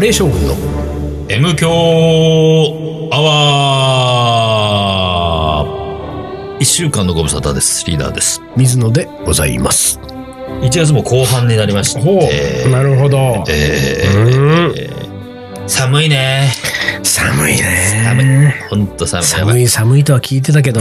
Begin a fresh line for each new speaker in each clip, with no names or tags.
レー将軍の
M 強アワー一週間のご無沙汰です。リーダーです。
水野でございます。
1月も後半になりまして、
なるほど。
え
うん
ー寒いね。
寒い
寒
ね。
い。ほんと寒い。
寒い寒いとは聞いてたけど、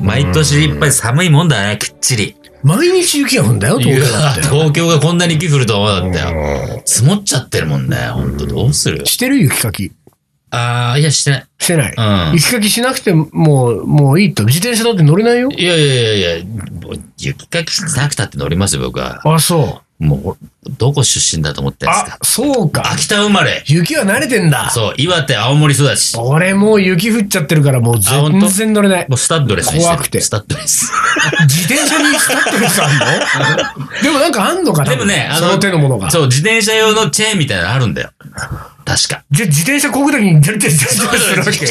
毎年いっぱい寒いもんだね、きっちり。
毎日雪が降るんだよ、
い
東
や
京だって。
東京がこんなに雪降るとは思わなかったよ。積もっちゃってるもんね。ほんと、どうする
してる雪かき。
ああ、いや、してない。
してない。
うん
雪かきしなくてもう、もういいと。自転車だって乗れないよ。
いやいやいやいや、もう雪かきしなくたって乗りますよ、僕は。
あ、そ
もう、どこ出身だと思って
う。
んです
あ
か、
そうか。
秋田生まれ。
雪は慣れてんだ。
そう、岩手、青森育ち。も
俺もう雪降っちゃってるからもう
あ
全
本当
然乗れない。
うスタッドレスにしてる
怖くて
スタッドレス。
自転車に使ってる人あんの でもなんかあんのかな
でもね、あ
その手のものが。
そう、自転車用のチェーンみたいなのあるんだよ。確 か。
じゃ、自転車こぐときに、ジャリジャリジャリジャリするわけ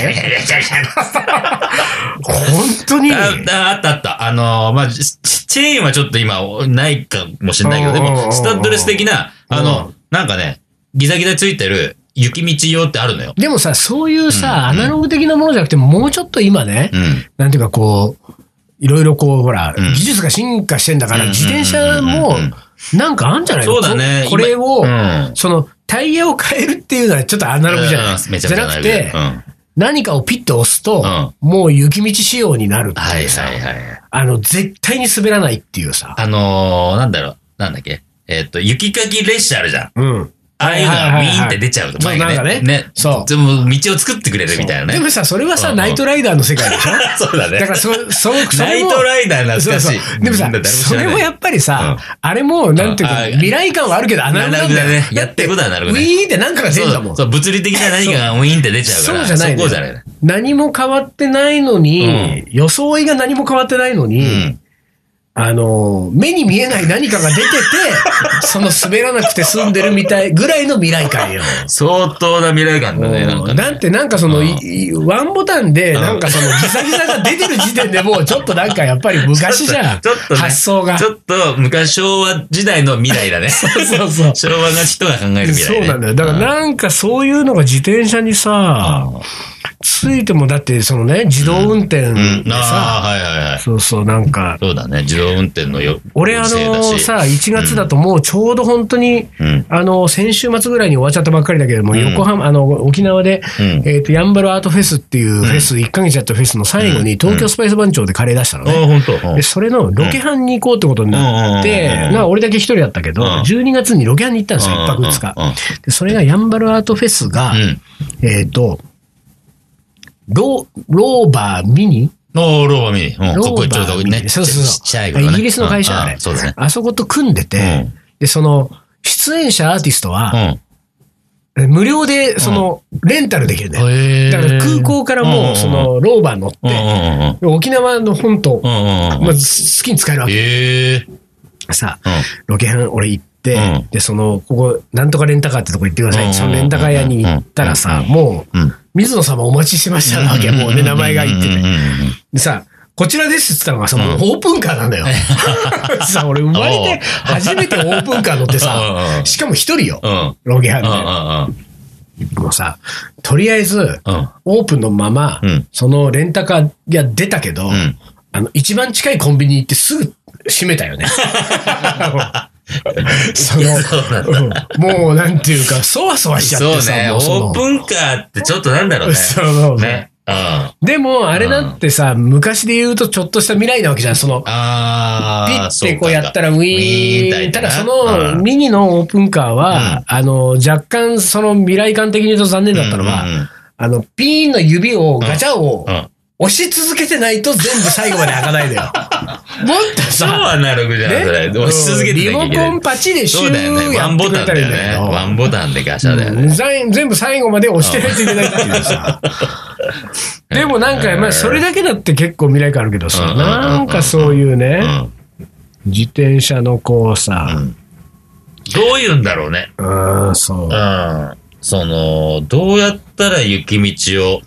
本当に
あああったあった。あのーまあ、チチェーンはちょっと今、ないかもしれないけど、で
うんうんうん
も、スタッドレス的な、あ
う
の、なんかね、ギザギザついてる雪道用ってあるのよ。
でもさ、そういうさ、
うんうん
アナログ的なものじゃなくて、もうちょっと今ね、
うん。
なんていうかこう、いろいろこう、ほら、
うん
技術が進化してんだから、
うん
自転車も
うんうん、
なんかあんじゃないの
そうだね
ここれを、
今うん
その、タイヤを変えるっていうのはちょっとアナログじゃない、
うんめちゃ
じ
め
ゃ
ちゃ
なくて、
うん
何かをピッと押すと、もう雪道仕様になるって
はいいう
さ、
はいはい。
あの、絶対に滑らないっていうさ。
あのー、なんだろう、なんだっけ。えっと、雪かき列車あるじゃん。
うん。
ああいうのがウィーンって出ちゃうと
はいはいはいはいそうなんかね
ね。
そう
でも道を作ってくれるみたい
で
なね。
もさ、それはさ、
うんうん
ナイトライダーの世界でしょだ
そうだね。
からそ、そう、 そ
ナ
れ
イ
も。
トライダー懐
そう
か
そ
し
う
い。
でも
み
さ
んな、誰も知
そ
ら
れ
ない
もやっぱりさ、あれも、なんていうか、
うんあ
未来感はあるけど、アナログなんだよ
アナログだね
だって
やってることはアナログだね
ウィーンってなんかが出るんだもん。
そうそう、物理的な何かがウィーンって出ちゃうか
そう
ら。
じゃないの
そ
よ
うじゃないの。
何も変わってないのに、装いが何も変わってないのに、
うん。
あの、目に見えない何かが出てて、その滑らなくて済んでるみたいぐらいの未来感よ。
相当な未来感だね、なんかね。
なんてなんかその、
うん
いいワンボタンで、なんかそのギザギザが出てる時点でもうちょっとなんかやっぱり昔じゃん。
ちょっとね
発想が。
ちょっと昔昭和時代の未来だね。
そうそう。
昭和の人が考える未来
そう
ね。
なんだよ。だからなんかそういうのが自転車にさ、ついてもだってそのね、自動運転
うん。うん
でさ、
ああ、はいはいはい。
そうそうなんか、
そうだね。自動運転のよ。
俺あ
せいだ
の
し
さ、1月だともうちょうど本当に、
うん。
あの、先週末ぐらいに終わっちゃったばっかりだけれども、
うん
横浜、あの、沖縄で、
うん
えっ、と、ヤンバルアートフェスっていうフェス、1ヶ月やったフェスの最後に、東京スパイス番長でカレー出したの
あ
ね。
あ、本当。うん
で、それのロケハンに行こうってことになって、
うんうんうんうん
まあ俺だけ一人だったけど、
うん
12月にロケハンに行ったんですよ、1泊2日。で、それがヤンバルアートフェスが、
うん。うん。
えっ、と、ロー、ローバーミニ
おーローバーミニ。うん。かっこいい。ちょっとかっこいいね。
そうそうそう
ちっちゃいからね。
イギリスの会社
うん
あれ
うんそうだね。
あそこと組んでて、
うん
で、その、出演者アーティストは、
う
え無料で、その、レンタルできるね。
ん。へー
だから空港から
うんうん
も
う
う、
ん
その、ローバー乗っ
うんうん
て、
うんうん。
沖縄の本島、
うんうんうん
まあ、す好きに使えるわけ。
ええ。
さ
う、ん
ロケハン俺行って
うん、
で、その、ここ、なんとかレンタカーってとこ行ってくださ
う
い
んう
っ
ん
て。そのレンタカー屋に行ったらさ、
うん
もう、
うん。
水野様お待ちしてましたなわけ、もうね、名前が言って
うんうん
て。
うんうん
でさ、こちらですって言ったのがさ、
うん
もうオープンカーなんだよ。 さ、俺生まれて初めてオープンカー乗ってさ、
うんうん
しかも一人よ、
うん。
ロケハン
うん
で。もうさ、とりあえず、
うんうん。
オープンのまま、
うん
そのレンタカーが出たけど、
うん
あの、一番近いコンビニ行ってすぐ閉めたよね。 その
そうなん
うんもうなんていうか、そわそわしちゃって
そう
さ、
ね。
も
オ
うその
ープンカーってちょっとなんだろうね。
そうそう
ね。うん。あ
でも、あれだってさ、昔で言うとちょっとした未来なわけじゃん。その、ピ
あ
ッてこうやったらウィーン。ただその
ミ
ミニのオープンカーは、
うん
あの、若干その未来感的に言うと残念だったのは、あの、ピーンの指を、ガチャを押し続けてないと全部最後まで開かない のよ。もっと
そう
さ、
アナログじゃん、それ。押し続けて
リ
なきゃ
モ
いけない
コンパチでシ
そ
ュ
うだよ
ー
ね。ワ
や
ン
って
ボ
く
タ
れ
ン
たらいい
だよ
んだけ
ね。
ど
ワンボタンでガシャだよね。
全全部最後まで押してないといけないっていう さ。でもなんか、まあそれだけだって結構未来感あるけどさ、
うん
なんかそういうね、
うん
自転車のこうさ、
どういうんだろうね。
うん、そう
う。ん。その、どうやったら雪道を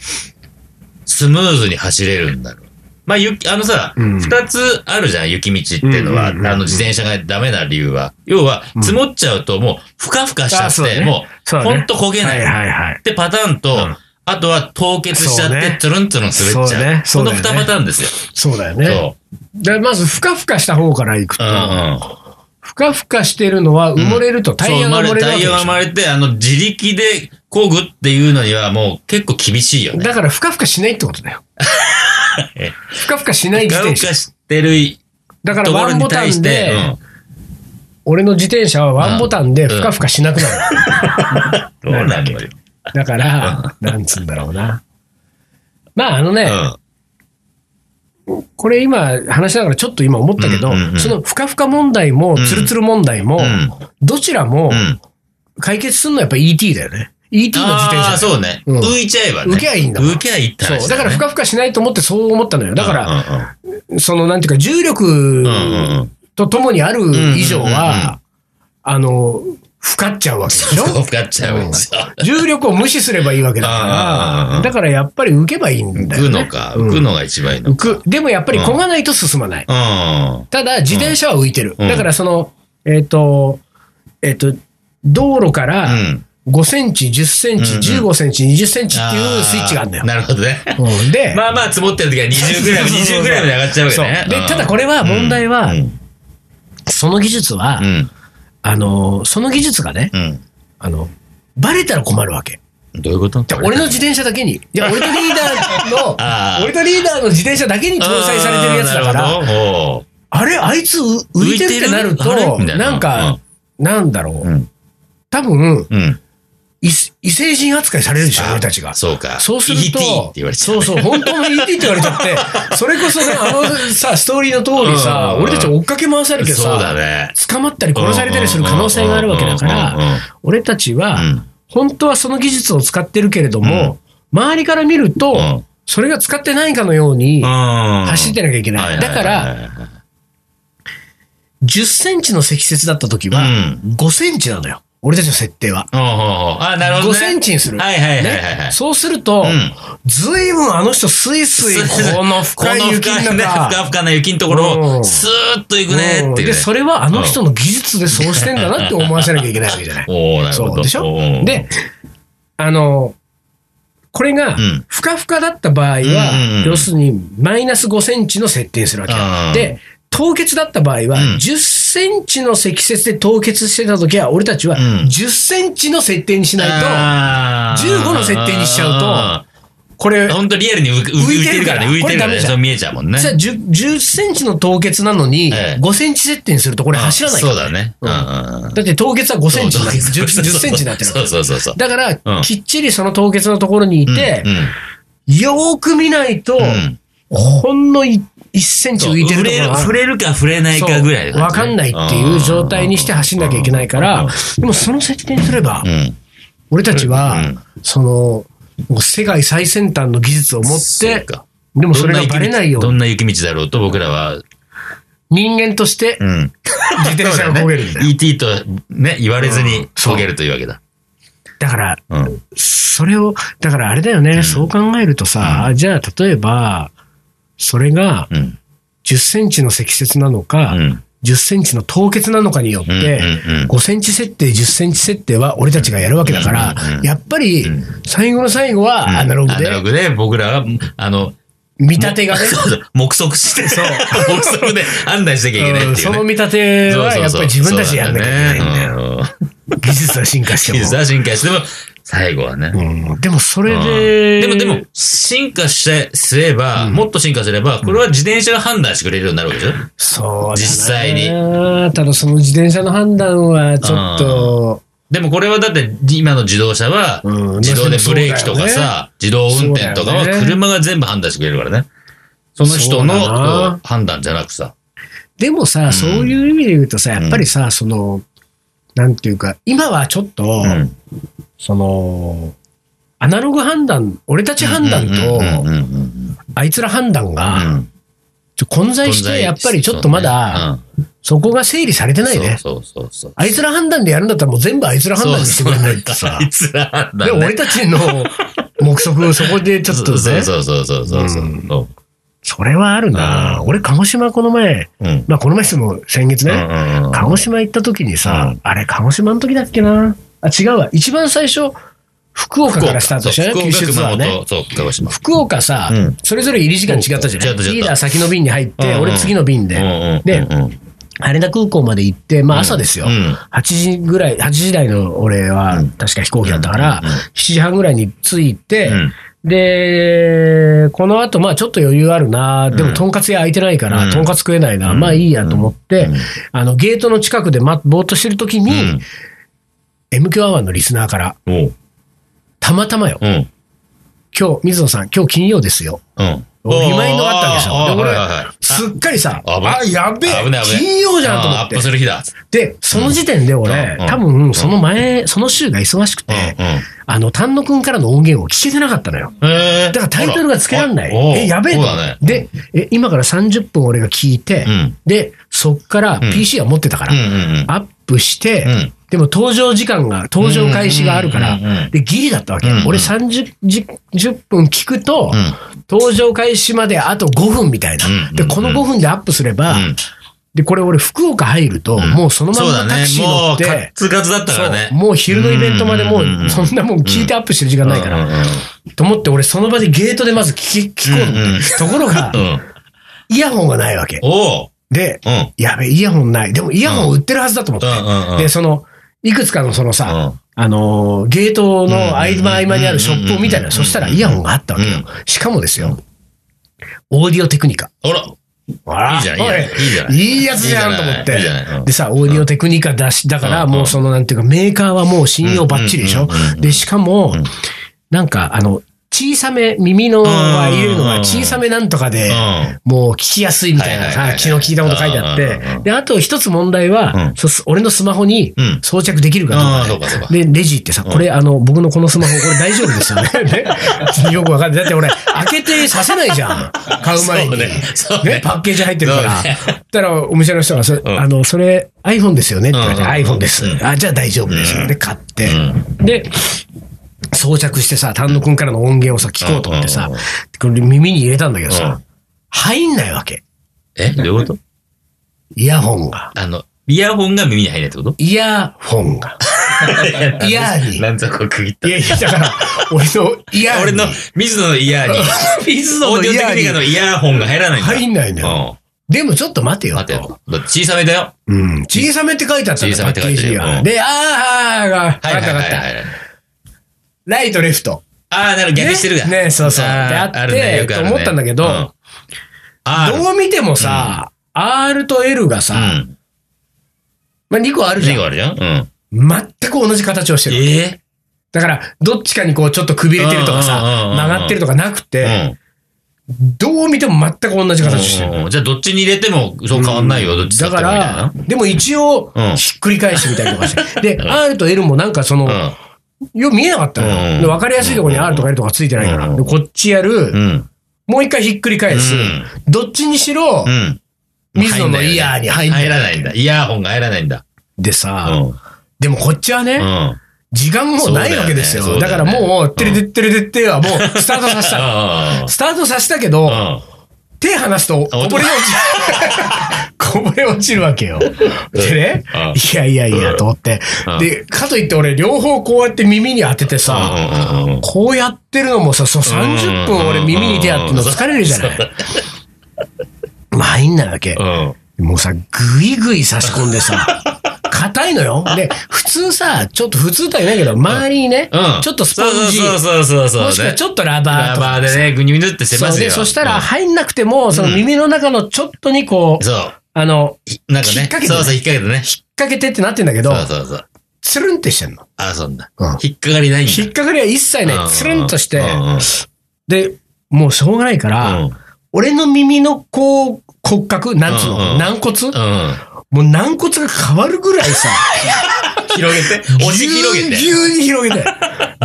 スムーズに走れるんだろう。まあ、雪、あのさ、二、
うん
つあるじゃん、雪道っていうのは、
うんうんうんうん
あの、自転車がダメな理由は。要は、積もっちゃうと、もう、ふかふかしちゃ
あ
って、
そうだね
も
そう
う、
だね
ほんと焦げ
は
ないい。
はいはい。
ってパターンと、
うん
あとは凍結しちゃっ
そう
て
ね、
つるんつるん滑っち
そう
ゃう。
ねそ
こ
う
の
だよ
二
ね
パターンですよ。
そうだよね。
そ
で、まず、ふかふかした方から行く
う。
と
うん、うん。
ふかふかしてるのは埋もれると、タイヤが埋
そ
も
う
れるわ
タ
けでし
イヤが生ま
ょ。
れて、あの、自力で漕ぐっていうのには、もう結構厳しいよね。
だから、ふかふかしないってことだよ。
え
ふかふかしない自
ガウ
転
カ
車。
してる
だから、
とこ
ワ
ろ
ンボ
に
タ
対
ン
し
で
て、、うん
俺の自転車はワンボタンでふかふかしなくなる。
どうなんのよ。
だから、なんつうんだろうな。まあ、あの
う
ね、
ん
これ今話しながらちょっと今思ったけど、
うんうんうん
そのふかふか問題も、
うん
つるつる問題も、
うん
どちらも
うん。
解決するのはやっぱ ET だよね。ET の自転車
ああ、
だよ
そうね。
うん
浮いちゃえばね。
浮きゃいいんだもん
浮きゃいいって話
そう。だからふ
か
かふかしないと思ってそう思ったのよ。だから、
ら、
そのなんていうか重
うんうんうんうんう
力
ん。
とともにある以上
うんうんうんう
は、あの、ふかっちゃうわけでしょ
そう、かっちゃうわけですよ。
重力を無視すればいいわけだ
あ
か
ー
ら、だからやっぱり浮けばいいんだよ、ね。
浮くのか、
うん
浮くのが一番いいの
浮く。
か。
でもやっぱり漕がないと進まない。
うん。
ただ、自転車は浮いてる。
うん
だから、その、えっ、と、えっ、と、道路から
うん
5センチ、10センチ、
うん
15センチ、20センチっていうスイッチがあるんだよ。
なるほどね。
うんで、
まあまあ積もってる時は20ぐらい、
そうそうそう
20ぐらいまで上がっちゃうわけね
そう。で
うん
ただこれは問題は
うん
その技術は、
うん。
あの、その技術がね、
うん。
あの、バレたら困るわけ。
どういうこと
で俺の自転車だけに、いや、俺とリーダー
あ
の、
ー
俺とリーダーの自転車だけに搭載されてるやつだか
あー
ら、
なるほど
あれ、あいつう浮いてるってなる
浮いてるあ
と、
れみたいな
なんか、なんだろ
う
う、
ん
多分、
うん。
異異星人扱いされるでしょ、俺たちが。
そうか。
そうすると
ET って言われ、ちゃ。
そううそう、本当の ET って言われちゃって、それこそね、あのさ、ストーリーの通りさ、
うん
俺たち追っかけ回されて
そうだ
さ、
ね。
捕まったり殺されたりする可能性があるわけだか
うんうんうんうん
ら、俺たちは
うん、
本当はその技術を使ってるけれども、周りから見る
う
と
ん、
それが使ってないかのように
走
走ってなきゃいけない。だから、、10センチの積雪だった時は
うん、
5センチなのよ。俺たちの設定は。
おうおうおうあ、なるほど、
5
ね。
センチにする。
はいはいはいはいは
ね
い。
そうすると
うん、
ずいぶんあの人スイスイ、この深い雪
こ
の
の深いねふ
中
か。ふかな雪のところ
うん
を、スーッと行くねっていう、ね。
で、それはあの人の技術でそうしてんだなって思わせなきゃいけないわけじゃない。
おーなるほ
そう
ど。
でし
お
ょ
ー、
で、あの、これが
ん、
ふかふかだった場合
うんうんう
は
ん、
要するにマイナス5センチの設定にするわけ
う
だ。
ん
で、凍結だった場合は、
うん
10センチの積雪で凍結してた時は、俺たちは
うん
10センチの設定にしない
あー
15の設定にしちゃうとと、これ、
本当リアルに浮く浮いてるからね、
浮
浮
いてるか
いてるからら
これダメ
ね、
じゃん
そう見えちゃうもんね。
じゃあ 10, 10センチの凍結なのに、
ええ
5センチ設定にするとこれ走らないよ
そうだね。うんうんうん。
だって凍結は5センチになる。
そうそ
10,
うそう
10センチになってる。
そうそうそうそう。
だから、
うん
きっちりその凍結のところにいて、
うんうん
よーく見ないと、
うん
ほんのい1センチ
そう
浮いてる
触
とこ
れ
ろ
る
が
触れるか触れないかぐらい
そうわかんないっていう状態にして走んなきゃいけないから、でもその設定にすれば
う、ん
俺たちは
うん、
その、もう世界最先端の技術を持っ
そう
て、
か
でもそれがバレないよう
ど
に、
んな雪道だろうと僕らは、
人間として
うん。
自転車が焦げるんだよ。
ET とね、言われず
うん
に
そう
焦げるというわけだ。
だから、
うん。
それを、だからあれだよね、そう考えるとさ、じゃあ例えば、それが
うん。
10センチの積雪なのか、
うん
10センチの凍結なのかによって、
うんうんうん
5センチ設定、10センチ設定は俺たちがやるわけだから、
うんうん
やっぱり最後の最後はアナログ
アナロ
で、
グで僕らは、あの、
見立てがね、
そうそう目測して、そう。 目測で判断しなきゃいけないってい
う
うね。
んその見立てはやっぱり自分たちでやんなきゃいけないんだよ。
よ。
技術は進化して
技術
も。
は進化しても、最後はね。
うん、でもそれ
う
で、
んでも、でも、進化して、すれば、
うん
もっと進化すれば、これは自転車が判断してくれるようになるわけでしょ
そうだな
実際に。
ただその自転車の判断はちょっと、
でもこれはだって、今の自動車は
うん、
自動でブレーキとかさ、自動運転と
そ
か
う
は
だよね
車が全部判断してくれるからね。その人の
そうだな
こう判断じゃなくさ。
でもさ、
ん
そういう意味で言うとさ、やっぱりさ、その、なんていうか、今はちょっと、
うん
その、アナログ判断、俺たち判断
うんうん
と、
うんうん
あいつら判断
う
が、
ん
ちょ混在して、やっぱりちょっとまだ、、そこが整理されてないね。
そうそうそうそう。
あいつら判断でやるんだったらもう全部あいつら判断にしてくれないって
そうそ
さ
うあ。いつら判断
で、
ね
俺たちの目測、そこでちょっとね、
そうそうそうそうそうそうそう。
それはあるな。俺、鹿児島この前、
うん。
まあ、この前しても先月
う
ね、
んうんうん
鹿児島行った時にさ、
うん
あれ、鹿児島の時だっけな。あ、違うわ。一番最初、福岡からスタートしたよね、九州ツアーね。。
そう福岡熊本そう、鹿児島。
福岡さ、
うん
それぞれ入り時間違ったじゃな
違
い
った違った
リーダー先の便に入って、
うんうん
俺次の便で、で
うんうん
羽田空港まで行って、まあ朝ですよ。
うん
8時ぐらい、8時台の俺は確か飛行機だったから、
うんうんうん
7時半ぐらいに着いて、
うん
で、この後、まあちょっと余裕あるな、で
う
も
ん
とんかつ屋空いてないから、
うん
とんかつ食えないな、
うん
まあいいやと思って、
うん
あの、ゲートの近くで、ま、ぼーっとしてる時に、MQ アワーのリスナーから、
うん。おう
たまたまよ、
うん。
今日、水野さん、今日金曜ですよ。
うん。
おリマインドがあったわけでし
おー
ょ。で、
おー
俺
はいはいはい、
すっかりさ、
あ危ない
あ、やべえ
危ない危ない
金曜じゃんと
あーアッ
思
プ
って。
する日だ。
で、その時点で俺
うんうん、
多分、その前、その週が忙しく
うんうん
て、あの、丹野くんからの音源を聞けてなかったのよ。
へ
だ
ー
からタイトルが付けらんない。
あらおう
え、やべえと
そう
思
だ
っ
ね。
て。で、え、今から30分俺が聞いて
う、ん。
で、そっから
ん
PC は持ってたか
うん
ら、
うんうん。
アップして、
うん
でも登場時間が、登場開始があるか
うんうんうんう
ら、
ん
で、ギリだったわけ。
うんうん
俺30じ10分聞くと、
うん
登場開始まであと5分みたいな。
うんうんうん
で、この5分でアップすれば、
うん
で、これ俺福岡入ると、もうそのま
そうだ
まタク
ね。
シー乗
も
っ
う、
て、
カッツカツだったから
そう
ね。
もう昼のイベントまでも
うんうんう
う、
ん
そんなもん聞いてアップしてる時間ないから、
うんうんうん
と思って俺その場でゲートでまず聞き、聞こうと思って
うんうん
ところが、
うん。
イヤホンがないわけ。
おう
で、
うん。うん
やべえ、イヤホンない。でもイヤホン売ってるはずだと思って。
うんうん。
で、その、いくつかのそのさ、
うん
あのーゲートの合
うんうんうん
間合間にあるショップを見た
う
ら、
ん
そしたらイヤホンがあったわけよ
うん。
しかもですよ、オーディオテクニカ。
あら、
あら
いいじゃん、いいじゃん。いいじゃない。
いいやつじゃんと思っ
いいじゃないいいじゃな
て
い。
でさ、オーディオテクニカだし、だから
うん
もうそのなんていうか、メーカーはもう信用バッチリでしょ
うんうんうんう。ん
で、しかも
うん、
なんかあの、小さめ、耳のは入れるのが小さめなんとかで、
うん。
もう聞きやすいみたいな
はいはいはい
さ、
は
昨
い
日聞いたこと書いてあっ
うんうんう
て。
ん
で、あと一つ問題は
う、ん
そ俺のスマホに
うん
装着できるかどう
あ
か
ー
ね
そうかそうか
で、レジ行ってさ、これあの、僕のこのスマホ、これ大丈夫ですよね。ね よくわかんない。だって俺、開けてさせないじゃん。買う前
そう
に。
ねそうね
ね、パッケージ入ってるから。
そうね
だから、お店の人が、それ、
ん
あの、それ iPhone ですよねって言われて、
うん
iPhone です。あ、じゃあ大丈夫です。で、買って。で、装着してさ、丹野くんからの音源をさ、聞こうと思って
う
さ
んうん、
これ耳に入れたんだけど
う
さ
ん、
入んないわけ。
え、どういうこと
イヤホンが。
あの、イヤホンが耳に入らないってこと
イヤホンが。イヤーに。
なんとか区切っ
いやいや、だから、俺のイヤ
た。
ー
俺
に
の、水野のイヤーに、
水
オーディオテクニカのイヤーホンが入らないんだ。
入んないのよ。
うん。
でもちょっと待てよ。
待てよ。だって小さめだよ。
うん。小さめって書いてあったんだ
小さめって書いてあるよ
パッケージには
うん
で、あーあー、あー
は
あ
い
ー、わか
は
った
い
わ
は
かっ
い
た。
はい。
ライト、レフト。
ああ、なる逆してるが。
ねねそうそう
あー
であって
るねよくあるね
と思ったんだけど
うあある、
どう見てもさ、R と L が
う
さ、
ん。
まあ、2個あるじゃ
何
ん。
があるじゃんうん。
全く同じ形をしてる。
ええ
だから、どっちかにこう、ちょっとくびれてるとかさ
うんうんうんう、ん
曲がってるとかなくて、
うん
どう見ても全く同じ形をしてる。
うんじゃあ、どっちに入れても、そう変わんないよ。どっち
だ
使って
か
もみたいな
ら、でも一応
う、ん
ひっくり返してみたりとかして。 で、R と L もなんかその、よ、見えなかった
うんう
の
ん
よ。わかりやすいところに R とか L とかついてないから。でこっちやる
う、ん。うん。
もう一回ひっくり返す
うん。
どっちにしろ
う、ん。
水野のイヤーに入んない
らないんだ。イヤーホンが入らないんだ。
で
う
さ、
ん。
でもこっちはね、
うん。
時間もうないわけです
そ
よ。
うだ
だ
よね
からもう、てれてってれてってはもうスタートさせた。
あ
スタートさせたけど、
あ。
手離すとこぼれ落ちる。 こぼれ落ちるわけよ。でね
うん、
いやいやいや、と思って
うん。
で、かといって俺両方こうやって耳に当ててさ、
うん。うん。
こうやってるのもさ、そう30分俺耳に手やってんの疲れるじゃない。まあ入んないわけ。
うん。
もうさ、ぐいぐい差し込んで さ、硬いのよ。で、普通さ、ちょっと普通とは言えないけど、周りにね、
うん。
ちょっとスポンジ、
そうそうそうそう。
もしくはち
ょっ
ょっとラ
と
バー
ラ
とか。
バーでね、ぐにゅぐにゅってしてま
そう
す
で、
よ。
そしたら、入んなくても、その耳の中のちょっとにこう、
そう。
あの、
なんかね。
引っ掛けてね
そうそう、引っ掛けてね。
引っ掛けてってなってんだけど
そ、うそうそう。
つるんってしてんの。
あ、そんな
うん。
引っ掛かりないんだ。
引っ掛かりは一切ない。つるんとして
う、んうん
で、もうしょうがないから、俺の耳のこう、骨格なんつうの、
うんうん
軟骨、
うん。
もう軟骨が変わるぐらいさ、
広 げて。押し広げて。
ぎゅうぎゅうに広げて。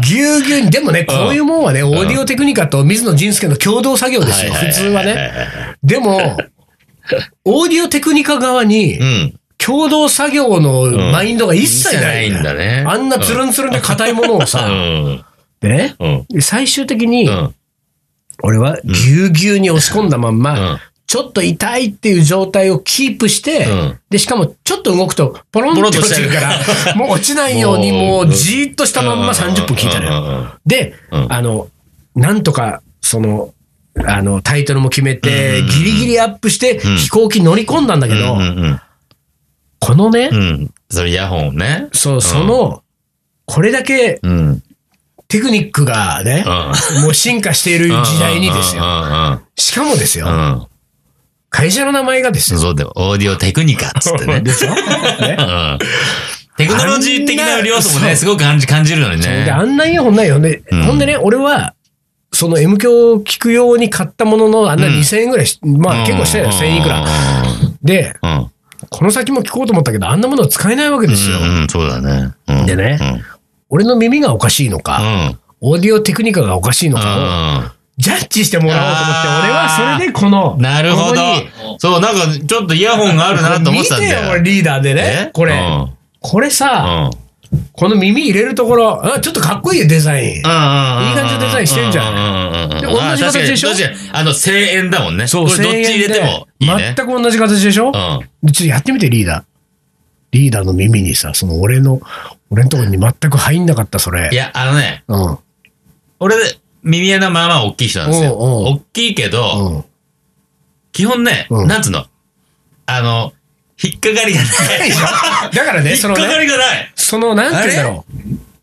ぎゅうぎゅうに。でもね、こういうもんはね、オーディオテクニカと水野仁介の共同作業ですよ、
はいはい
普
はい
通はね。でも、 オーディオテクニカ側に
う、ん。
共同作業のマインドが一切ないんだよ。
だね。
あんなつるんつるんで硬いものを
う
さ、
ん。
でね、
うん。
で最終的に
う、ん。
俺はぎゅうぎゅうに押し込んだまんま、
うん
ちょっと痛いっていう状態をキープして、
うん
で、しかもちょっと動くと、ポロン
ポロ
っ
ン
て
と
落ちる から、もう落ちないように、
も
も
う
うじーっとしたまんま30分聞いたのよ。
よ。
で、
うん
あの、なんとか、その、あの、タイトルも決めて、
うん
ギリギリアップして、
ん
飛行機乗り込んだんだけど、
うんうん
このね、
うんうん。それイヤホンをね。
そう、その、これだけ
うん。うん
テクニックがね、もう進化している時代にです
う
よ。
んうん
しかもです
う
よ、
んうん。
会社の名前がです
うん。
よ。
そうだよ。オーディオテクニカっつってね。
でしょ、 ね
うんテクノロジー的な要素も
あんな
ね、すごく感じ感じるのにね。
であんなイヤホンないよね。
うん
ほんでね、俺は、その M 響を聞くように買ったものの、あんな
うん
2000円ぐらいし、まあ結構したよ、1000円いくら。
ら。
で、
うん。
この先も聞こうと思ったけど、あんなものは使えないわけですよ。
うん、うんそうだね。うん
でね俺の耳がおかしいの
うん。う
か、
ん。
オーディオテクニカがおかしいのかを、ジャッジしてもらおうと思って、
あー
俺はそれでこの、
うんなるほ
ここ
ど
に。
そう、なんか、ちょっとイヤホンがあるなと思ってたんだ
見て
よ。
よ、リーダーでね
え。
これ、
うん。うん。
これさ、この耳入れるところ、あちょっとかっこいいよ、デザイン。い
い
い感じのデザインしてんじゃん
ん。うんうん
で
うんうん
同じ
あ確かに
形でしょ
確かにあの、声援だもんね。これど
1000
っち
円
入れてもいいね
で。全く同じ形でしょ、
うん。
でちょっとやってみて、リーダー。リーダーの耳にさ、その俺の、俺のところに全く入んなかった、それ。
いや、あのね、
うん。うん。
俺、耳穴まあまあ大きい人なんですよ。
うんうん
大きいけど、基本ね、
うん
なんつうの、あの、引っかかりがない。
だからね、
引っ
そ
か
の
か
ね、
りがない。
その、なんて言うんだろ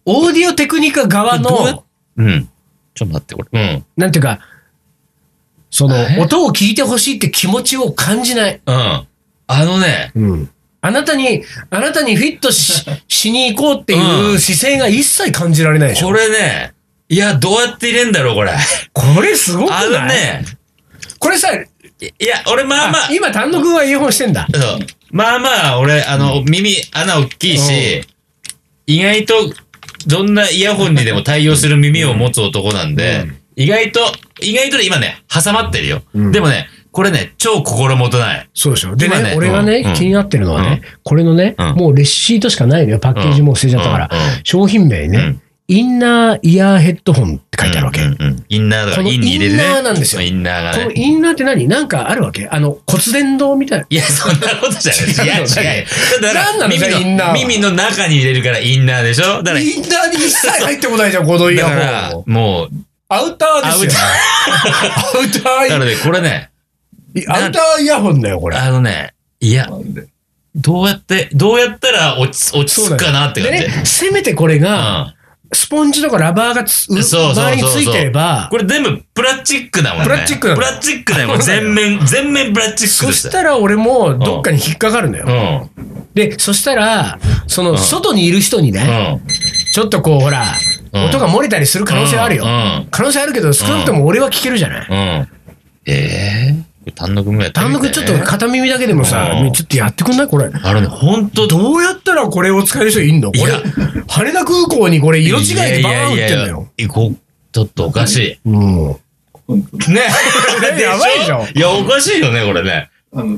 う。オーディオテクニカ側
どうや
の、
うん。ちょっと待って、これ。うん。
なんていうか、その
あ、れ
音を聞いてほしいって気持ちを感じない。
うん。あのね、
うん。あなたに、あなたにフィットし、しに行こうっていううん姿勢が一切感じられないでしょ。
これね、いや、どうやって入れんだろう、 これ。あ
これすごく
の
ない、
ね、
これさ、
いや、俺まあまあ
あ、今、丹野くんはイヤホンしてんだ。
そうまあまあ、俺、あの、耳、穴大きいし、意外と、どんなイヤホンにでも対応する耳を持つ男なんで、意外と、意外とね今ね、挟まってるよ。
うん
でもね、これね、超心もとない。
そうでしょ。で
今
ね、
ね
俺がね、
うん
気になってるのはね、これのね、
うん
もうレシートしかないのよ。パッケージもう捨てちゃったから。
うんうん
商品名ね、
うん
インナーイヤーヘッドホンって書いてあるわけ。
うんうんうんインナーだか
こ
ら、
の
インに入れるね。
インナーなんですよ
インナー
こ
が
の
ね。
インナーって何なんかあるわけあの、骨伝導みたいな。
いや、そんなことじゃない。いや、違うよ。
何な
だから
の
耳
じゃあインナー
の、
は
耳の中に入れるからインナーでしょだから、
インナーに一切入ってこないじゃん、このイ
だか
ヤ
ら
ホン。
もう、
アウター
アウ
ですよ。アウタ
だか
ー
らね、これね、
イ、アウターイヤホンだよ、これ。
あのね、いや、どうやって、どうやったら落ち、落ち着くかなって
で
感じ。
ね、せめてこれが、スポンジとかラバーがつ、う
そうそうそうそう
周りについてれ
うん
ば、
これ全部プラスチックだもんね。
プラスチックなの
プラスチックだよ。もう
そうだよ
全面、全面プラスチック
そ
で
し
す。
たら俺もどっかに引っかかるのよ。
うん。
で、そしたら、その、
ん
外にいる人にね、
うん。
ちょっとこう、ほら、
うん
音が漏れたりする可能性はあるよ
うんうん。
可能性あるけど、少なくとも俺は聞けるじゃない。
うん。ええー、これ単独もやって
単
み
独
たいね
ちょっと片耳だけでもさ
う、ん
ちょっとやってくんないこれ。
あのね、ほんと、
どうやったらこれを使える人いんのこ
い
れ
や、
羽田空港にこれ色違いでバーン売
い
っ
やい
てん
や
だ
いや
よ。
いこちょっとおかし
うん。
い。 ね
ねやばいでしょ
いや、おかしいよね、これね。
あの、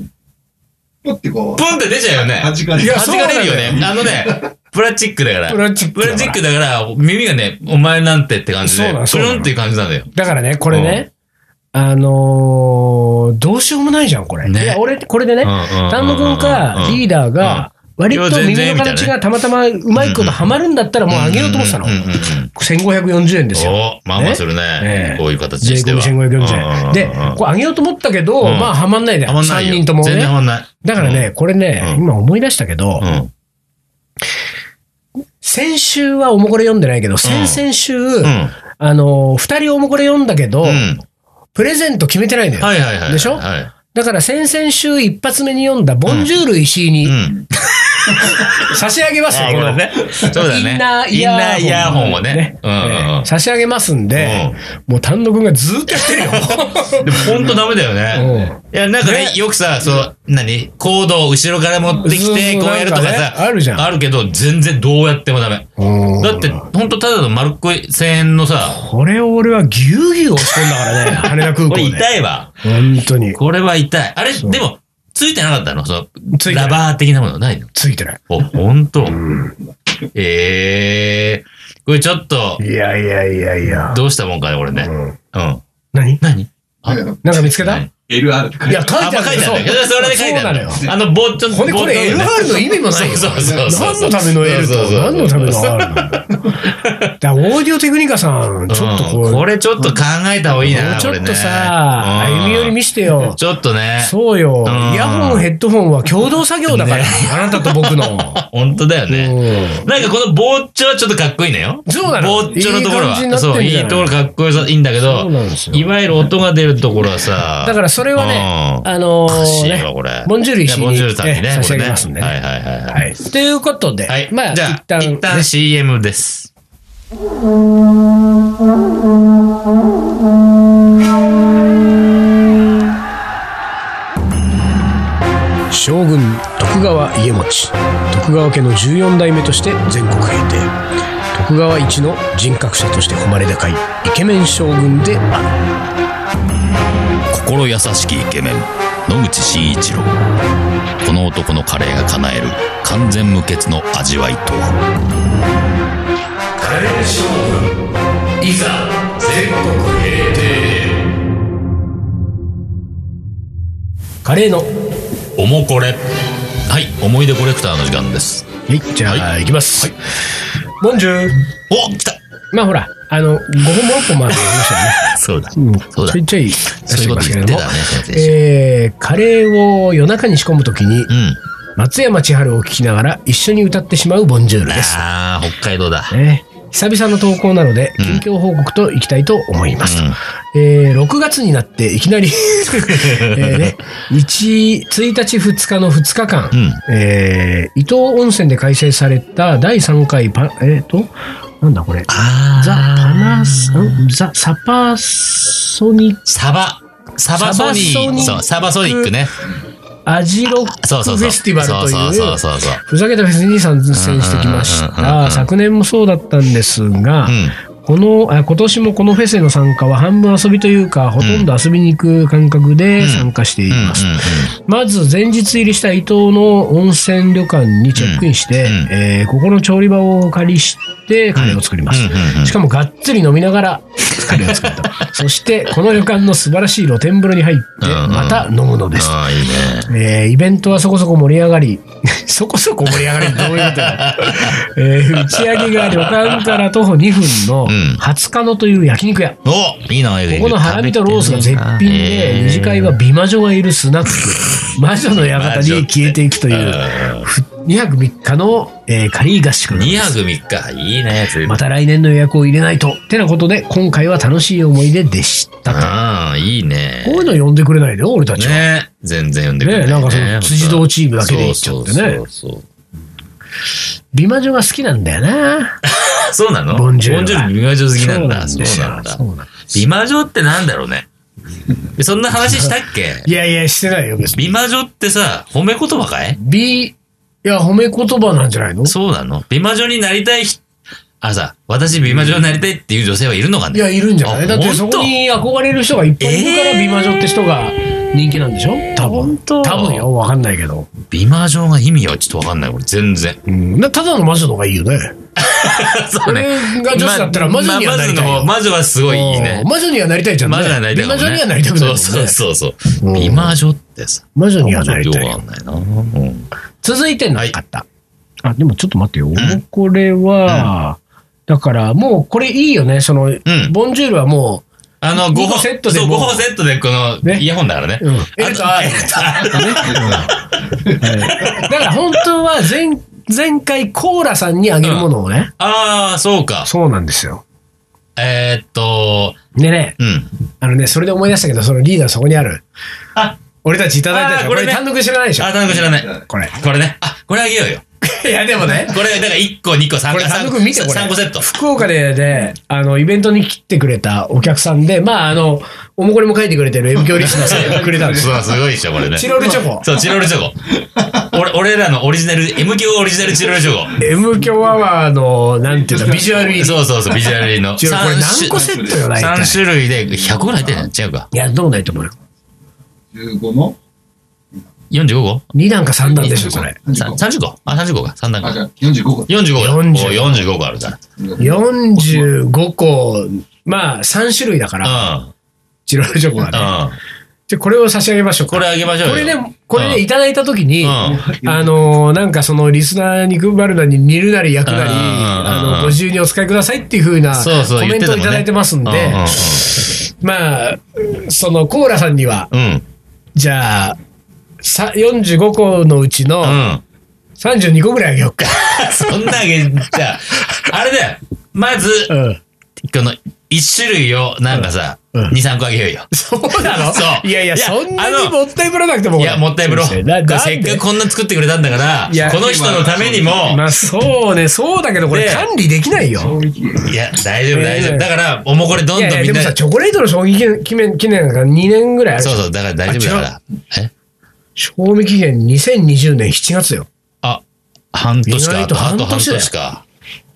ポってこう、
ポンって出ちゃうよね。
弾かれ
い
る
や
弾かれる
そ
よ
う
ね。あのね、プラスチックだから。
プラスチック
プ
だから
ラスチックだから、耳がね、お前なんてって感じ
そう
で
なの、そ
プ
うなの
ルンっていう感じなんだよ。
だからね、これね、あのーどうしようもないじゃん、これ。
ね
いや、俺、これでね、丹
丹
野くんかリーダーが、割と耳の形がたまたまうまいことハマるんだったらもうあげようと思ってたの。1540円ですよ。
おまあまあする
ね
ね。こういう形
税
にして
込
は。
み1540円。で
うんうんうん、
これ上げようと思ったけど、
ん
まあ、はまんないで、
はまんない
3
よ
人とも
全
ね
然。はまんない。
だからね、これね、
うん
今思い出したけど
う、ん。
先週はおもこれ読んでないけど、先々週、
うん。
あのー、二人おもこれ読んだけど
う、ん。
プレゼント決めてないの
は
よ。
いはいはい。
でしょ
はい。
だから先々週一発目に読んだ、ボンジュール石井
う
に
ん。
差し上げますよ、
あ
こ
こ
れ
れね。そうだね。
インナーイヤーホン
インナーイヤーホンをね。うんうんうん。
差し上げますんで、もう丹野くんがずーっとやってるよ。
でも本当ダメだよね。いや、なんかね
ね、
よくさ、そう、何コードを後ろから持ってきて、
そうそう
こうやるとか
なんかね
さ、
あるじゃん
あるけど、全然 どうやってもダメ。
うん
だって、本当ただの丸っこい1000円のさ、
これを俺はぎゅうぎゅう押し込んだから ね、羽田空港
これ
で。
痛いわ。
本当に。
これは痛い。あれ、でも、ついてなかったのそ
ついて
の、
ない
ラバー的なものないの
ついてない。
お、ほんと。ええー。これちょっと、
いやいやいやいや。
どうしたもんかね、これね。うん。
何
何あ
なんか見つけたい
何
?LR って書いて
や、書い
あ、
て
ま
あ
あ、書い
る
てあるんだけど、それで書いてあるん
そう
だよ。あの、ぼっちょっと、
これ、これ LR の意味もないよ。
そうそうそうそう
何のための L と
そうそうそう
何のための R なんだよだからオーディオテクニカさん、ちょっとこ
うん
う、
これちょっと考えた方がいいな、
もうちょ
これ
っ
ね
とさ、
うん
歩み寄り見してよ。
ちょっとね。
そうよ。
うん
イヤホン、ヘッドホンは共同作業だから
ね。
あなたと僕の。
本当だよ ね。
う
なんかこのぼっちょはちょっとかっこいいのよ。
そうなの
ぼっちょのとこ
い
ろ
い感じになっ
は。
てんじゃ
そう、
ない
いいところかっこよさ、いいんだけど
そうなんです、よ
いわゆる音が出るところはさ、
んだからそれはね、
うん
あの
おかし
ー
い
ね、
わ、これ。
ボンジュール
いや
石井に
ボンジュールさんにね、
ええ差し上げ
これね
ますんでね
はいはいはいはい。
はい。ということで、
はい。
まあ、
じ
一
ゃあ、
旦、
一旦
ね
CM です。
将軍徳川家茂徳川家の14代目として全国平定徳川一の人格者として誉れ高いイケメン将軍である
心優しきイケメン野口真一郎この男のカレーが叶える完全無欠の味わいとは
いざ、全国平定。
カレーのは
おもこれはい思い出コレクターの時間です
いじゃあ、い、きます、ボンジュール
お来た
まあほらあの5本も6本もあるのありましたよね
そうだそうだ
ちょいちょい出
そう
し
いう
て
こ
ま
と
すけ
言
れ
っ
ど
て
も
たね先生
えー、カレーを夜中に仕込むときに
うん
松山千春を聴きながら一緒に歌ってしまうボンジュールです、
あー北海道だ
ね、久々の投稿なので近況報告といきたいと思います、えー6月になっていきなり えー、ね、1, 1日2日の2日間、えー伊東温泉で開催された第3回パ、えー、となんだこれ
あ
ザ・パナスんザ・サパーソニック
サバサバソニ
サバソニック
ーそうサバソニックね
アジロックフ
そうそうそう
ェスティバルとい
そうそう
う
そうそう
ふざけたフェスに参戦してきまし
うんうんうんうんう
た
ん
昨年もそうだったんですが、
うん
このあ今年もこのフェスへの参加は半分遊びというかほとんど遊びに行く感覚で参加してい
うんうん
ます、まず前日入りした伊東の温泉旅館にチェックインして、
うんうん
えーここの調理場をお借りしてカレーを作ります、
うんうんうん
しかもがっつり飲みながらカレーを作ると そしてこの旅館の素晴らしい露天風呂に入って
うんうん
また飲むのです、
ああいいね
えーイベントはそこそこ盛り上がり、 そこそこ盛り上がりってどういうこと だえー打ち上げが旅館から徒歩2分の
うん
二十日野という焼肉屋。
おいいなこ
ここのハラミとロースが絶品で、二次会は美魔女がいるスナ ック、魔女の館に消えていくという、2泊3日の、えー、仮合宿なんです
2泊3日。いいね、
また来年の予約を入れないと。てなことで、今回は楽しい思い出でしたと。
ああ、いいね。
こういうの呼んでくれないでよ、俺たちは。ね
ね全然読んでくれない、ね。
なんかその辻堂チームだけでいっちゃ
そ
っ
う
て
そう
ね
そう。そう。
美魔女が好きなんだよな。
そうなの
ボンジュールは
美魔女好きなんだ。そう
ですよ
なんだ
そ。うなん
美魔女ってなんだろうね。そんな話したっけ
いやいや、してないよ、別に。
美魔女ってさ、褒め言葉かい
B、いや、褒め言葉なんじゃないの
そうなの美魔女になりたい人、あさ、私美魔女になりたいっていう女性はいるのか
い
ね
や、いるんじゃない
あ
だってそ
本当
こに憧れる人がいっぱいいるから、
えー
美魔女って人が人気なんでしょ多分。
本当
多分よ、わかんないけど。
美魔女が意味はちょっとわかんない、俺全然。
うん。なただの魔女の方がいいよね。
そうね。
俺が女子だったら魔女にはなりたい
ま
よ
あ魔女の方魔女はすごいいいね
うん。魔女にはなりたいじゃんね。
魔女にはなりたい
美
か
魔
もね
女にはなりたくないもんね。
そうそうそう
う
そ
ん
う。美魔女ってさ。
魔女にはなり
よく
たいよ
わかんないな。うん
続いてなかった。あ、でもちょっと待ってよ。これは、だからもうこれいいよね。その、ボンジュールはも
あの、5
二個
本
セットで
そう、
もう
5本セットでこの、
ね
イヤホンだからね。
う、うん。
あと、あ
だから本当は前、前回コーラさんにあげるものをね。
あー、そうか。
そうなんですよ。
えーっと、
でね、
うん。
あのね、それで思い出したけど、そのリーダーそこにある。
あ、
俺たちいただいたじゃん
あ
こ
ーこれ
れ
ね
単独知らないでしょ
あ、なんか知らない。
これ。
これね。あ、これあげようよ。
いや、でもね、
これ、だから1個、2個、3
こ
個、
れ単
3個、
独見てこれ
3個セット。
福岡で、ね、あの、イベントに来てくれたお客さんで、まあ、あの、おもこりも書いてくれてる M 教リスナーさんがくれたんですよ。
そう、すごいでしょ、これね。
チロルチョコ。
そう、チロルチョコ。俺、俺らのオリジナル、M 級オリジナルチロルチョコ。
M 教アワーの、なんていうの、ビジュアル入り。
そうそうそう、ビジュアル入りの。
違うこれ何個セットよ、大体
三。種類で100ぐらい入ってんじゃん違うか。
いや、どうないと思うよ。
15の
45個
2段か3段でしょ、それ。
さ
35
?30 個あ、30個か。3段
あ、じ
階。
ゃあ45個。
45個だ。お
45
45個あるから。
45個、まあ、3種類だから、
うん。
チロルチョコがね。
うん。
じゃあこれを差し上げましょうか。
これあげましょうよ。
これね、これね、
うん
いただいたときに、
うん
あのーなんかそのリスナーに配るなり煮るなり焼くなり、
うんうんうんうん
あのご自由にお使いくださいっていうふうな
そうそう
コメントをいただいてますんで、
うんうんうん
まあ、そのコーラさんには、
うん。
じゃあ、さ45個のうちの
うん。
32個ぐらいあげようか。
そんなあげ、じゃあ、あれだよ。まず、
うん。
この一種類をなんかさ、
うんうん
二三個あげようよ。
そうなの
そう
いやいや、
いや
そんな
あ
に
の
もったいぶらなくても。
いや、もったいぶろ。せ
先
っ
生ななんで
かくこんな作ってくれたんだか
い
ら、
や
この人のためにも、
まあそうね、そうだけどこれ
で
管理できないよ。
いや、大丈夫、
えー
大丈夫。だから、おもうこれどん
い
ど
やい
ん
や
み
で
ん
も
な、
さ、チョコレートの賞味期限期限期限が2年ぐらいある。
そうそう、だから大丈夫だから。え
賞味期限2020年7月よ。
あ、半年
意
か。
外
あ
と
と半
半年だよ
年か。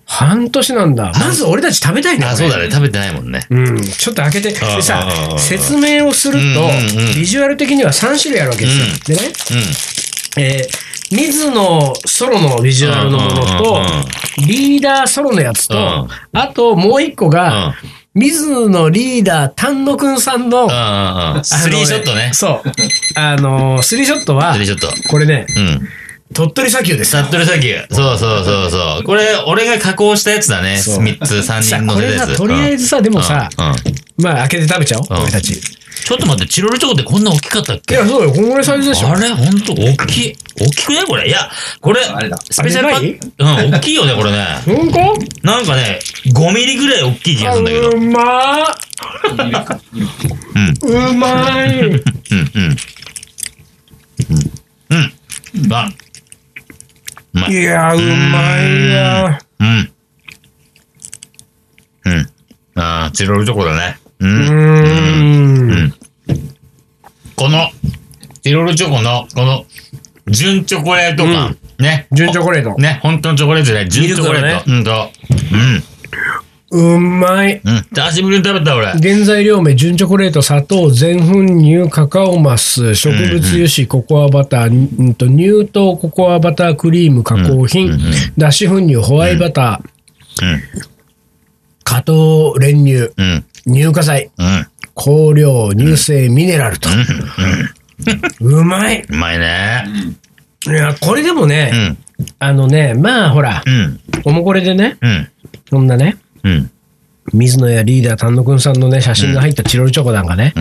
半年なんだ。まず俺たち食べたいね。
あ、
こ
そ
れ
うだね。食べてないもんね。
うん、ちょっと開けて。でさ
うんうんう、ん
説明をすると、
うんうんうん
ビジュアル的には3種類あるわけですよ。でね、
う
えー、水野ソロのビジュアルのもの
うん
と
うんうん、
リーダーソロのやつと、
うん
あともう一個
ん。うん。う
が
ん、
水野リーダー丹野くんさんの、あ
うんうん。
の
スリーショットね。ス
そう。あのー、スリーショットは
リー、ショット。
これね、
うん。
鳥取砂丘です
サ
よ。
ットル砂丘。そうそうそうそう。これ、俺が加工したやつだね。
そう
三つ、三
さ
人
あ、
乗
こ
せた
れ
や
さ、
つ。
とりあえずさ、で
うん、
もさ、
うんうん
まあ、開けて食べちゃおう、
ん
俺たち。い
ちょっと待って、チロルチョコってこんな大きかったっけ
や、そうよ、こんぐらいサイズでしょ。
あれほんと大きい。大きくないこれ。いや、これ、
あれだ
スペシャルパ
あれ
ッうん、大きいよね、これね。
うんこ
なんかね、5ミリぐらい大きい気がするんだけど。うん、
うまーうまい。
うん。うん。うん。あ、
いや、うまいや。
うん。うん。ああ、チロルチョコだね。う。
うんーん。
この、チロルチョコの、この、純チョコレート感。ね。
純チョコレート。
ね、本当のチョコレートじゃない、純チョコレート。うんと。
うまい。
うん。うん。久しぶりに食べた、俺。
原材料名、純チョコレート、砂糖、全粉乳、カカオマス、植物油脂、ココアバター、うんと乳糖、ココアバタークリーム、加工品、脱脂粉乳、ホワイバター、加糖練乳、
うん。うん。
乳化剤、
うん。
香料、乳製、ミネラルと。うまい。
うまいね。
いや、これでも
う
ね、
ん。
あのね、まあほら
う、ん。
おもこれでね、
うん。
そんなね、
うん。
水野やリーダー丹野くんさんのね、写真が入ったチロルチョコなんかね、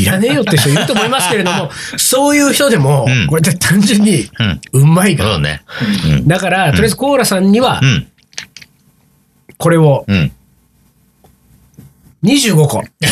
いらねえよって人いると思いますけれども、そういう人でも
うん、
これって単純に
うん。
うまいから。
そうね。
だから、とりあえずコーラさんには
う、ん。
これを
うん。
25個。いや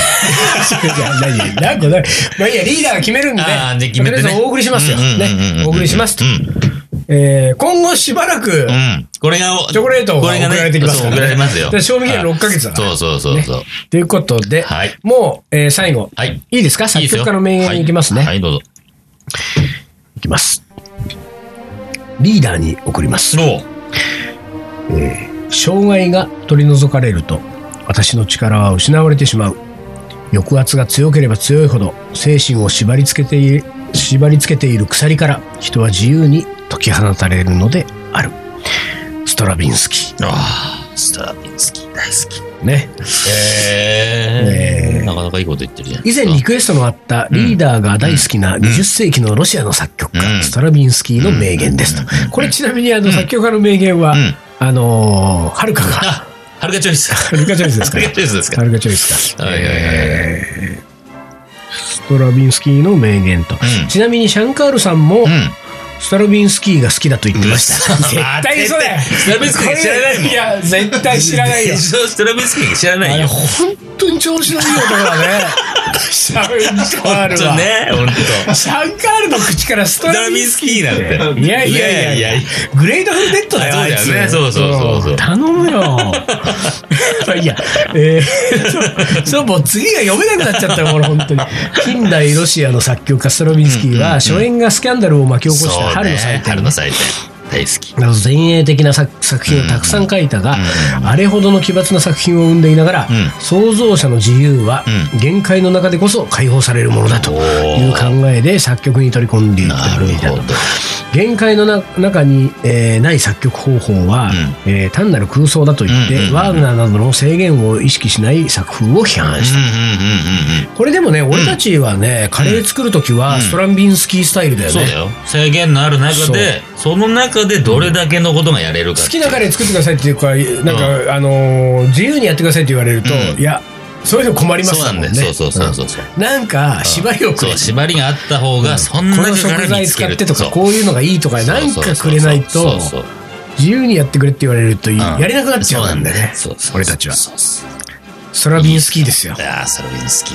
何何個何まあいいや、リーダーが決めるんで、
ああ、じゃあ決
と
め
りあ
て
えず
ね。
お送りしますよ。ね、お送りしますと
う。ん。
えー今後しばらく、
うん。これが、
チョコレートが
こがね
送られてきますからね
そう送られますよ。
で賞味期限6ヶ月だから
そうそうそうそう。
ということで、
はい
もう、えー最後、
はい
いいですか
いい
作
ですよ
曲家の名言いきますね。
はいはい、どうぞ。
いきます。リーダーに送ります。
そう。
障害が取り除かれると私の力は失われてしまう抑圧が強ければ強いほど精神を縛り付けてい縛り付けている鎖から人は自由に解き放たれるのであるストラビンスキ
ああ、ストラビンスキー大好き。
ーねえ
ええ。なかなかいいこと言ってるじゃん。
以前リクエストのあったリーダーが大好きな20世紀のロシアの作曲家、
うん
ストラビンスキーの名言ですと。これちなみにあの作曲家の名言は、
うん
あのー、はるかが、 は
あ、はるかチョイス。は
るかチョイスですか
る
ら
か。チョイスですか
は。るかチョイスか。
はいはいはい
えーストラビンスキーの名言と。
うん
ちなみにシャンカールさんも、
うん。
ストラビンスキーが好きだと言ってま した。
嘘
絶対嘘だよ。
ストラビンスキー知らないもん
いや、絶対知らないよ。
ストラビンスキー知ら
あ
ない
れ、
よ。
本当に調子のいい男だ ね。シャンカール
そう
は。
ね、ほんと。ス
シャンカールの口からスト
トラ
ラ
ビ
ビ
ン
ン
ス
ス
キ
キ
ーなんて。
ー。いやいやいやいや。グレートフルデッドだよ、
そうだよね
あいつ
そうそうそうそうん
頼む よ。いや、えー、そう、もう次が読めなくなっちゃったよ、俺、本当に。近代ロシアの作曲家ストラビンスキーは、初演がスキャンダルを巻き起こした
そう
春
ね
の祭典
春の祭典。大好き。
など前衛的な作作品をたくさん書いたが、
う
あれほどの奇抜な作品を生んでいながら、
うん
創造者の自由は
う
限界の中でこそ解放されるものだという考えで作曲に取り込んでいった
な
る
る
みたい
ほ
な
ど。
限界のな中に、えーない作曲方法は、えー単なる空想だと言って、
うんうんうん
ワーグナーなどの制限を意識しない作風を批判
う
し
ん
た。
うんうんうん
これでもね、俺たちはね、カレー作るときは、ストランビンスキースタイルだよ
そう
ね
だ。よ。制限のある中で、その中でどれだけのことがやれるか。
好きなカレー作ってくださいっていうか、なんか、あのー自由にやってくださいって言われると、
うん
いや、そういうの困ります
そうなんだよ。
も
そうそうそうそうそう。
うんなんか、縛りをく
そ
れ
う、縛りがあった方が、そんな
この
中か
食
ら
材
見つ
使
け
っ
る
てと
そ
か、
う
こういうのがいいとか、なんかくれないと
そう、そうそうそう
自由にやってくれって言われると、や
うん
れなくなっちゃうんだよね
そうそうそ、う
俺たちは。
そうそう
ストラビンスキーですよ。
ああ、それいい好き。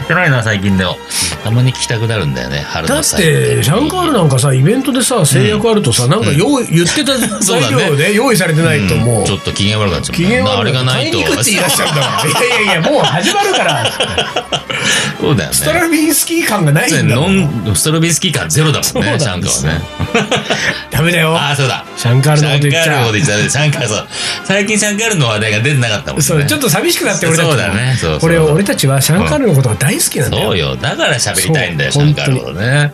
聞かないな、最近でも。
たまに聞きたくなるんだよね、春
だ
の
っ
祭り
て、シャンカールなんかさ、イベントでさ、制約あるとさ、なんか用意、言って た
そ
材
うだね
料で用意されてないと、もう
ちょ。っと機嫌悪くなっちゃう。
機嫌
な
悪
あれがな
買い
いと。
に行くって言い出しちゃうんだから。いやいやいや、もう始まるから。
そうだよね。
ストラビンスキー感がないんだも
ノ
ん。
ン、ストロビンスキー感ゼロだもん
そうなん
ね、
です
シャンカーはね。
ダメだよ。
ああ、そうだ。
シャンカール
シ
のこ
ャン
と
カ
言っち
ールの
ゃ
こと
う。
言っちゃう。シャンカールそう。最近シャンカールの話題が出てなかったもんね。
そう、ちょっと寂しくなって俺たちも
そうだねそうそう
これ俺たちはシャンカールのことが大好きなんだ
そう
よ。
よ。だから喋りたいんだよ、シ
そう
ャンカールのことね。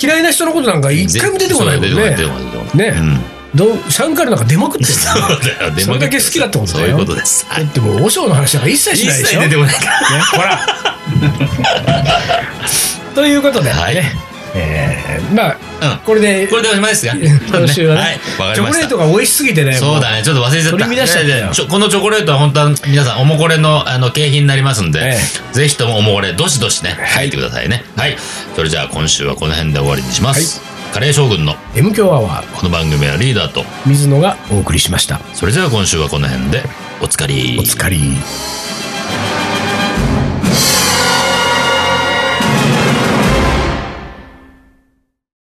嫌いな人のことなんか一回も出てこないもん
そうだよ
ね
出て。こない出てこな
ね
い出てこないうん。
どうシャンカールなんか出まくってる
そう だよ、で
そ
も
れだけ好きだってことだよ
そういうことです。
だってもう、和尚の話なんか一切し
一
ないでし
切
ょ。
出て
ね
こないから。
ほら。 ということで、
はい。
えーま
うん
あ、これで、
これでおしまいですか
今週はね
はい、わか
チ
り
ョ
ま
コ
し
レ
た
ー。トが美味しすぎてね、
そうだね、ちょっと忘れちゃった。
取り乱しちゃったよ
いやいやちょこのチョコレートは本当は皆さん、おもこれのあの景品になりますんで、
え
ぜひともおもこれ、どしどしね、書いてくださいね。はい。それじゃあ今週はこの辺で終わりにします。カレー将軍の
もう M 強アワー、
この番組はリーダーと、
水野がお送りしました。
それじゃあ今週はこの辺で、おつかり。
お疲れ。